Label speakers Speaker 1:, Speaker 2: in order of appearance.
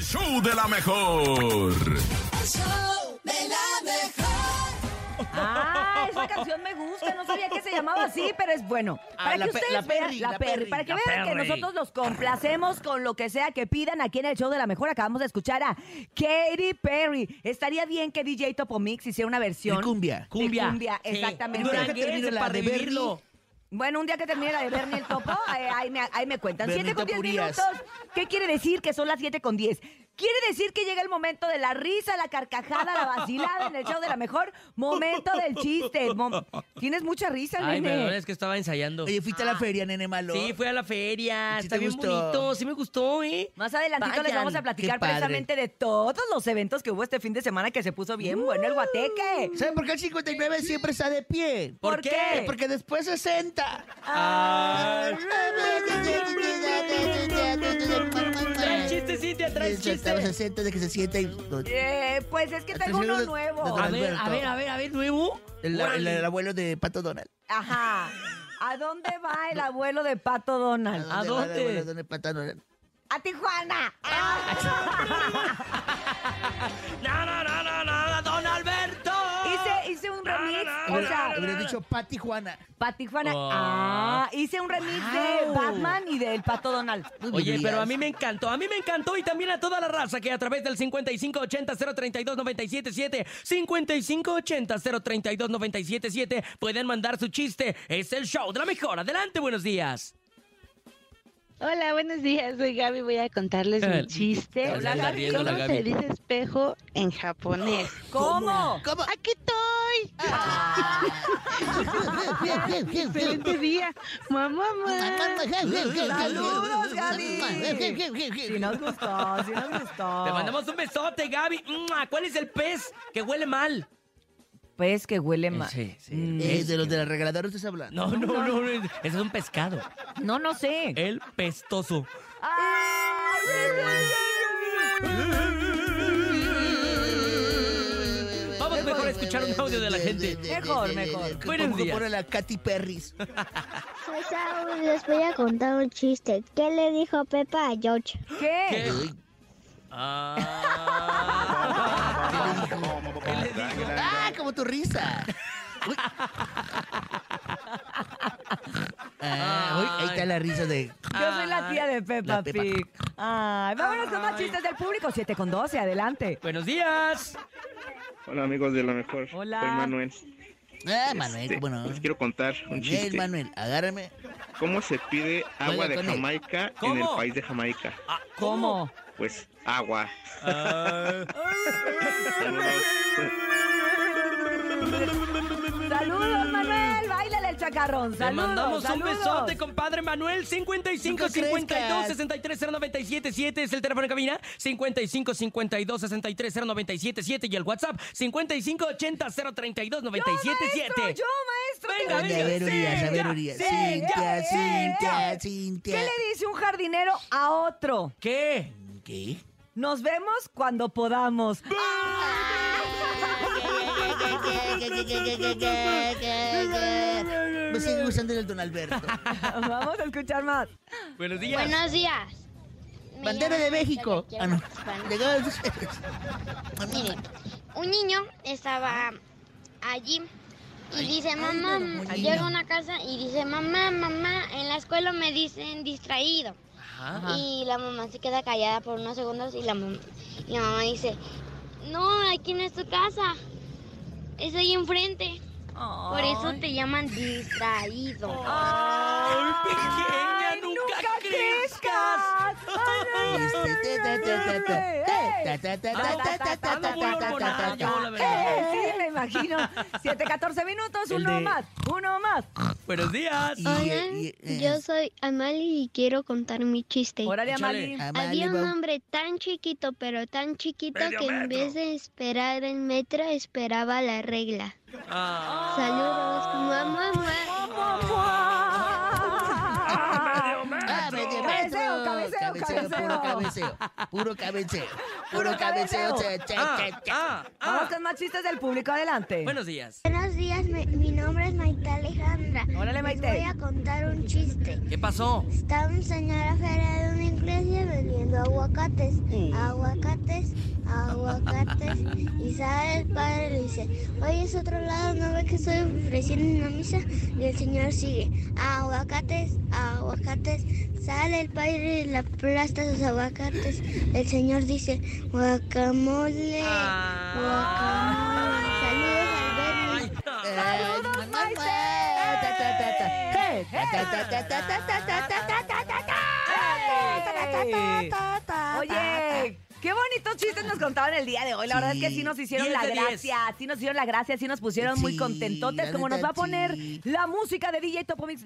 Speaker 1: show de la mejor.
Speaker 2: Ah, esa canción me gusta, no sabía que se llamaba así, pero es bueno.
Speaker 3: Ah,
Speaker 2: Para
Speaker 3: la
Speaker 2: que
Speaker 3: pe-
Speaker 2: ustedes
Speaker 3: la
Speaker 2: vean-
Speaker 3: Perry,
Speaker 2: la
Speaker 3: la
Speaker 2: Perry,
Speaker 3: Perry,
Speaker 2: para que
Speaker 3: la
Speaker 2: vean que
Speaker 3: Perry.
Speaker 2: nosotros los complacemos con lo que sea que pidan aquí en el show de la mejor. Acabamos de escuchar a Katy Perry. Estaría bien que DJ Topomix hiciera una versión.
Speaker 3: De cumbia.
Speaker 2: cumbia.
Speaker 4: Cumbia.
Speaker 3: Sí.
Speaker 2: exactamente.
Speaker 3: Un día que
Speaker 4: Duranguense
Speaker 3: termine la
Speaker 4: para
Speaker 3: de
Speaker 4: revivirlo.
Speaker 3: Bernie.
Speaker 2: Bueno, un día que termine la de Bernie el Topo, eh, ahí, me, ahí me cuentan.
Speaker 3: Bernie
Speaker 2: 7 con 10
Speaker 3: Tapurías.
Speaker 2: minutos. ¿Qué quiere decir que son las 7 con 10? Quiere decir que llega el momento de la risa, la carcajada, la vacilada en el show de la mejor. Momento del chiste. Mom- Tienes mucha risa,
Speaker 4: Ay,
Speaker 2: nene.
Speaker 4: perdón, es que estaba ensayando.
Speaker 3: Oye, fuiste a la feria, nene malo.
Speaker 4: Ah. Sí, fui a la feria.
Speaker 3: ¿Y si
Speaker 4: Está
Speaker 3: te
Speaker 4: bien
Speaker 3: gustó?
Speaker 4: bonito. Sí me gustó, ¿eh?
Speaker 2: Más adelantito les
Speaker 4: Vayan,
Speaker 2: vamos a platicar
Speaker 3: qué padre.
Speaker 2: precisamente de todos los eventos que hubo este fin de semana que se puso bien bueno el guateque.
Speaker 3: ¿Saben por qué el 59 siempre está de pie?
Speaker 4: ¿Por qué? Ah.
Speaker 3: Eh, Porque después 60.
Speaker 4: Ay, trae chistecito, trae
Speaker 3: Los
Speaker 4: chiste.
Speaker 3: 60 de que se sienta y...
Speaker 2: Eh, pues es que tengo uno
Speaker 3: Atención,
Speaker 2: nuevo.
Speaker 3: doctora.
Speaker 4: A ver, a ver, a ver, a ver, nuevo.
Speaker 3: El, el- el abuelo de Pato Donald.
Speaker 2: Ajá. ¿A dónde va el abuelo de Pato Donald?
Speaker 4: ¿A
Speaker 3: va el
Speaker 4: dónde?
Speaker 3: abuelo de Pato Donald?
Speaker 2: ¡A Tijuana!
Speaker 4: No, no, no, no, no, don Alberto.
Speaker 2: Hice, hice un remix, o sea,
Speaker 3: Hubiera, hubiera dicho Pati Juana.
Speaker 2: para Tijuana.
Speaker 4: Oh.
Speaker 2: Ah, hice un remix de
Speaker 4: Wow.
Speaker 2: Batman y del Pato Donald.
Speaker 4: Oye,
Speaker 3: Deberías.
Speaker 4: pero a mí me encantó, a mí me encantó y también a toda la raza que a través del 5580-032-977, 5580-032-977 pueden mandar su chiste. Es el show de la mejor. Adelante, buenos días.
Speaker 5: Hola, buenos días. Soy Gaby. Voy a contarles
Speaker 4: Eh,
Speaker 5: mi chiste.
Speaker 4: hola,
Speaker 2: Hola, Gaby.
Speaker 5: ¿Cómo
Speaker 4: hola, Gaby.
Speaker 5: se dice espejo en japonés?
Speaker 2: ¿Cómo?
Speaker 3: ¿Cómo?
Speaker 5: ¡Aquí estoy!
Speaker 3: Bien, bien, bien, bien.
Speaker 5: ¡Excelente día! ¡Mamá, mamá!
Speaker 2: ¡Saludos,
Speaker 3: ¡Saludos,
Speaker 2: Gaby! Si nos gustó, si nos gustó.
Speaker 4: Te mandamos un besote, Gaby. ¡Mua! ¿Cuál es el pez que huele mal?
Speaker 2: Pez Pues que huele mal.
Speaker 4: Sí, sí.
Speaker 2: Mm.
Speaker 3: Eh, de los de la regaladora estás hablando.
Speaker 4: No, no, no, no, ese es un pescado.
Speaker 2: No, no sé.
Speaker 4: El pestoso.
Speaker 2: Ay,
Speaker 4: Vamos mejor a escuchar un audio de la gente.
Speaker 2: Mejor, mejor.
Speaker 4: Buenos
Speaker 3: Como que
Speaker 4: días.
Speaker 3: pone la Katy Perris.
Speaker 6: Soy Pues, Saúl, les voy a contar un chiste. ¿Qué le dijo Pepa a George?
Speaker 2: ¿Qué?
Speaker 4: ¿Qué? Ah. ¿Qué le digo?
Speaker 3: Ah, como tu risa. Uy. Ah, uy, ahí está la risa de.
Speaker 2: Yo soy la tía de Peppa
Speaker 3: La Peppa.
Speaker 2: Pig. Ay, vámonos con más chistes del público. 7 con 12, adelante.
Speaker 4: Buenos días.
Speaker 7: Hola amigos de la mejor.
Speaker 2: Hola.
Speaker 7: Soy Manuel.
Speaker 3: Ah, Manuel,
Speaker 7: Este,
Speaker 3: cómo no.
Speaker 7: Les quiero contar un
Speaker 3: Manuel,
Speaker 7: chiste.
Speaker 3: Manuel, agárrame.
Speaker 7: ¿Cómo se pide agua
Speaker 3: Juega
Speaker 7: de
Speaker 3: con él.
Speaker 7: Jamaica en el
Speaker 4: ¿Cómo?
Speaker 7: país de Jamaica?
Speaker 4: Ah,
Speaker 2: ¿Cómo?
Speaker 7: Pues agua.
Speaker 4: Ah.
Speaker 2: Saludos, Manuel. Báilale el chacarrón.
Speaker 4: Te
Speaker 2: Saludos.
Speaker 4: mandamos
Speaker 2: saludos.
Speaker 4: un besote, compadre Manuel.
Speaker 3: No
Speaker 4: 55 52 63 097 7 es el teléfono en cabina. 55 52 63 097 7 y el WhatsApp 55 80 032 97
Speaker 2: Maestro,
Speaker 4: 7.
Speaker 2: yo, maestro.
Speaker 4: Venga,
Speaker 2: ¿qué
Speaker 3: Ande, a
Speaker 2: le
Speaker 3: ver,
Speaker 2: dice?
Speaker 3: Urias, a ver, Urias.
Speaker 2: Sí, ya,
Speaker 3: Cintia,
Speaker 2: ya, ya.
Speaker 3: Cintia,
Speaker 2: ¿Qué
Speaker 3: Cintia.
Speaker 2: le dice un jardinero a otro?
Speaker 4: ¿Qué?
Speaker 3: ¿Qué?
Speaker 2: Nos vemos cuando podamos.
Speaker 3: Me sigue gustando el Don Alberto.
Speaker 2: Vamos a escuchar más.
Speaker 4: Buenos días.
Speaker 6: Buenos días. Me
Speaker 3: Bandera
Speaker 6: llamo
Speaker 3: de México.
Speaker 6: Angélica
Speaker 3: Ah, no.
Speaker 6: Guachupán.
Speaker 3: Llegaba-
Speaker 6: Miren, un niño estaba allí y dice mamá, mamá". llega a una casa y dice mamá, mamá, en la escuela me dicen distraído.
Speaker 4: Ajá.
Speaker 6: Y la mamá se queda callada por unos segundos y la, mam- y la mamá dice, no, aquí no es tu casa, es ahí enfrente. Por eso te llaman distraído.
Speaker 4: Ay, pequeña,
Speaker 2: Ay,
Speaker 4: nunca, crezcas.
Speaker 2: Ay, no, no, no, no, no, no. Eh, Sí, me imagino. 7, 14 minutos,
Speaker 3: El
Speaker 2: uno
Speaker 3: de-
Speaker 2: más, uno más.
Speaker 4: Buenos días.
Speaker 3: Y-
Speaker 8: Hola,
Speaker 3: y- eh,
Speaker 8: yo soy Amali y quiero contar mi chiste.
Speaker 2: Órale,
Speaker 4: Échale.
Speaker 2: Amali.
Speaker 3: Amalie
Speaker 8: Había un
Speaker 3: Bau-
Speaker 8: hombre tan chiquito, pero tan chiquito que en vez de esperar el metro, esperaba la regla.
Speaker 4: Ah.
Speaker 8: Saludos, mamá, mamá.
Speaker 3: Ah, medio
Speaker 2: Cabeceo,
Speaker 3: metro.
Speaker 2: cabeceo,
Speaker 3: Cabeceo, puro
Speaker 2: cabeceo.
Speaker 3: cabeceo. Puro cabeceo.
Speaker 2: Puro
Speaker 3: Puro cabeceo.
Speaker 2: cabeceo.
Speaker 3: Cha, cha,
Speaker 4: Ah,
Speaker 3: cha.
Speaker 4: ah,
Speaker 2: Vamos
Speaker 4: ah.
Speaker 2: con más chistes del público, adelante.
Speaker 4: Buenos días.
Speaker 6: Buenos días, mi, mi nombre es Maite Alejandra.
Speaker 2: Órale, Maite.
Speaker 6: Les voy a contar un chiste.
Speaker 4: ¿Qué pasó?
Speaker 6: Está un señor afuera de una iglesia vendiendo aguacates. Aguacates, Y sale el padre y le dice, oye, es otro lado, ¿no ve que estoy ofreciendo una misa? Y el señor sigue, aguacates, aguacates. Sale el padre y le aplasta sus aguacates. El señor dice, guacamole, guacamole. Saludos al Bernie.
Speaker 3: ¡Saludos,
Speaker 2: Oye, qué bonitos chistes nos contaron el día de hoy. La verdad es que
Speaker 3: Sí.
Speaker 2: sí nos hicieron
Speaker 4: 10
Speaker 2: la
Speaker 4: de 10.
Speaker 2: gracia, sí nos hicieron la gracia, sí nos pusieron muy
Speaker 3: Sí,
Speaker 2: contentotes,
Speaker 3: la
Speaker 2: como nos va
Speaker 3: neta,
Speaker 2: a poner
Speaker 3: sí.
Speaker 2: la música de DJ Topomix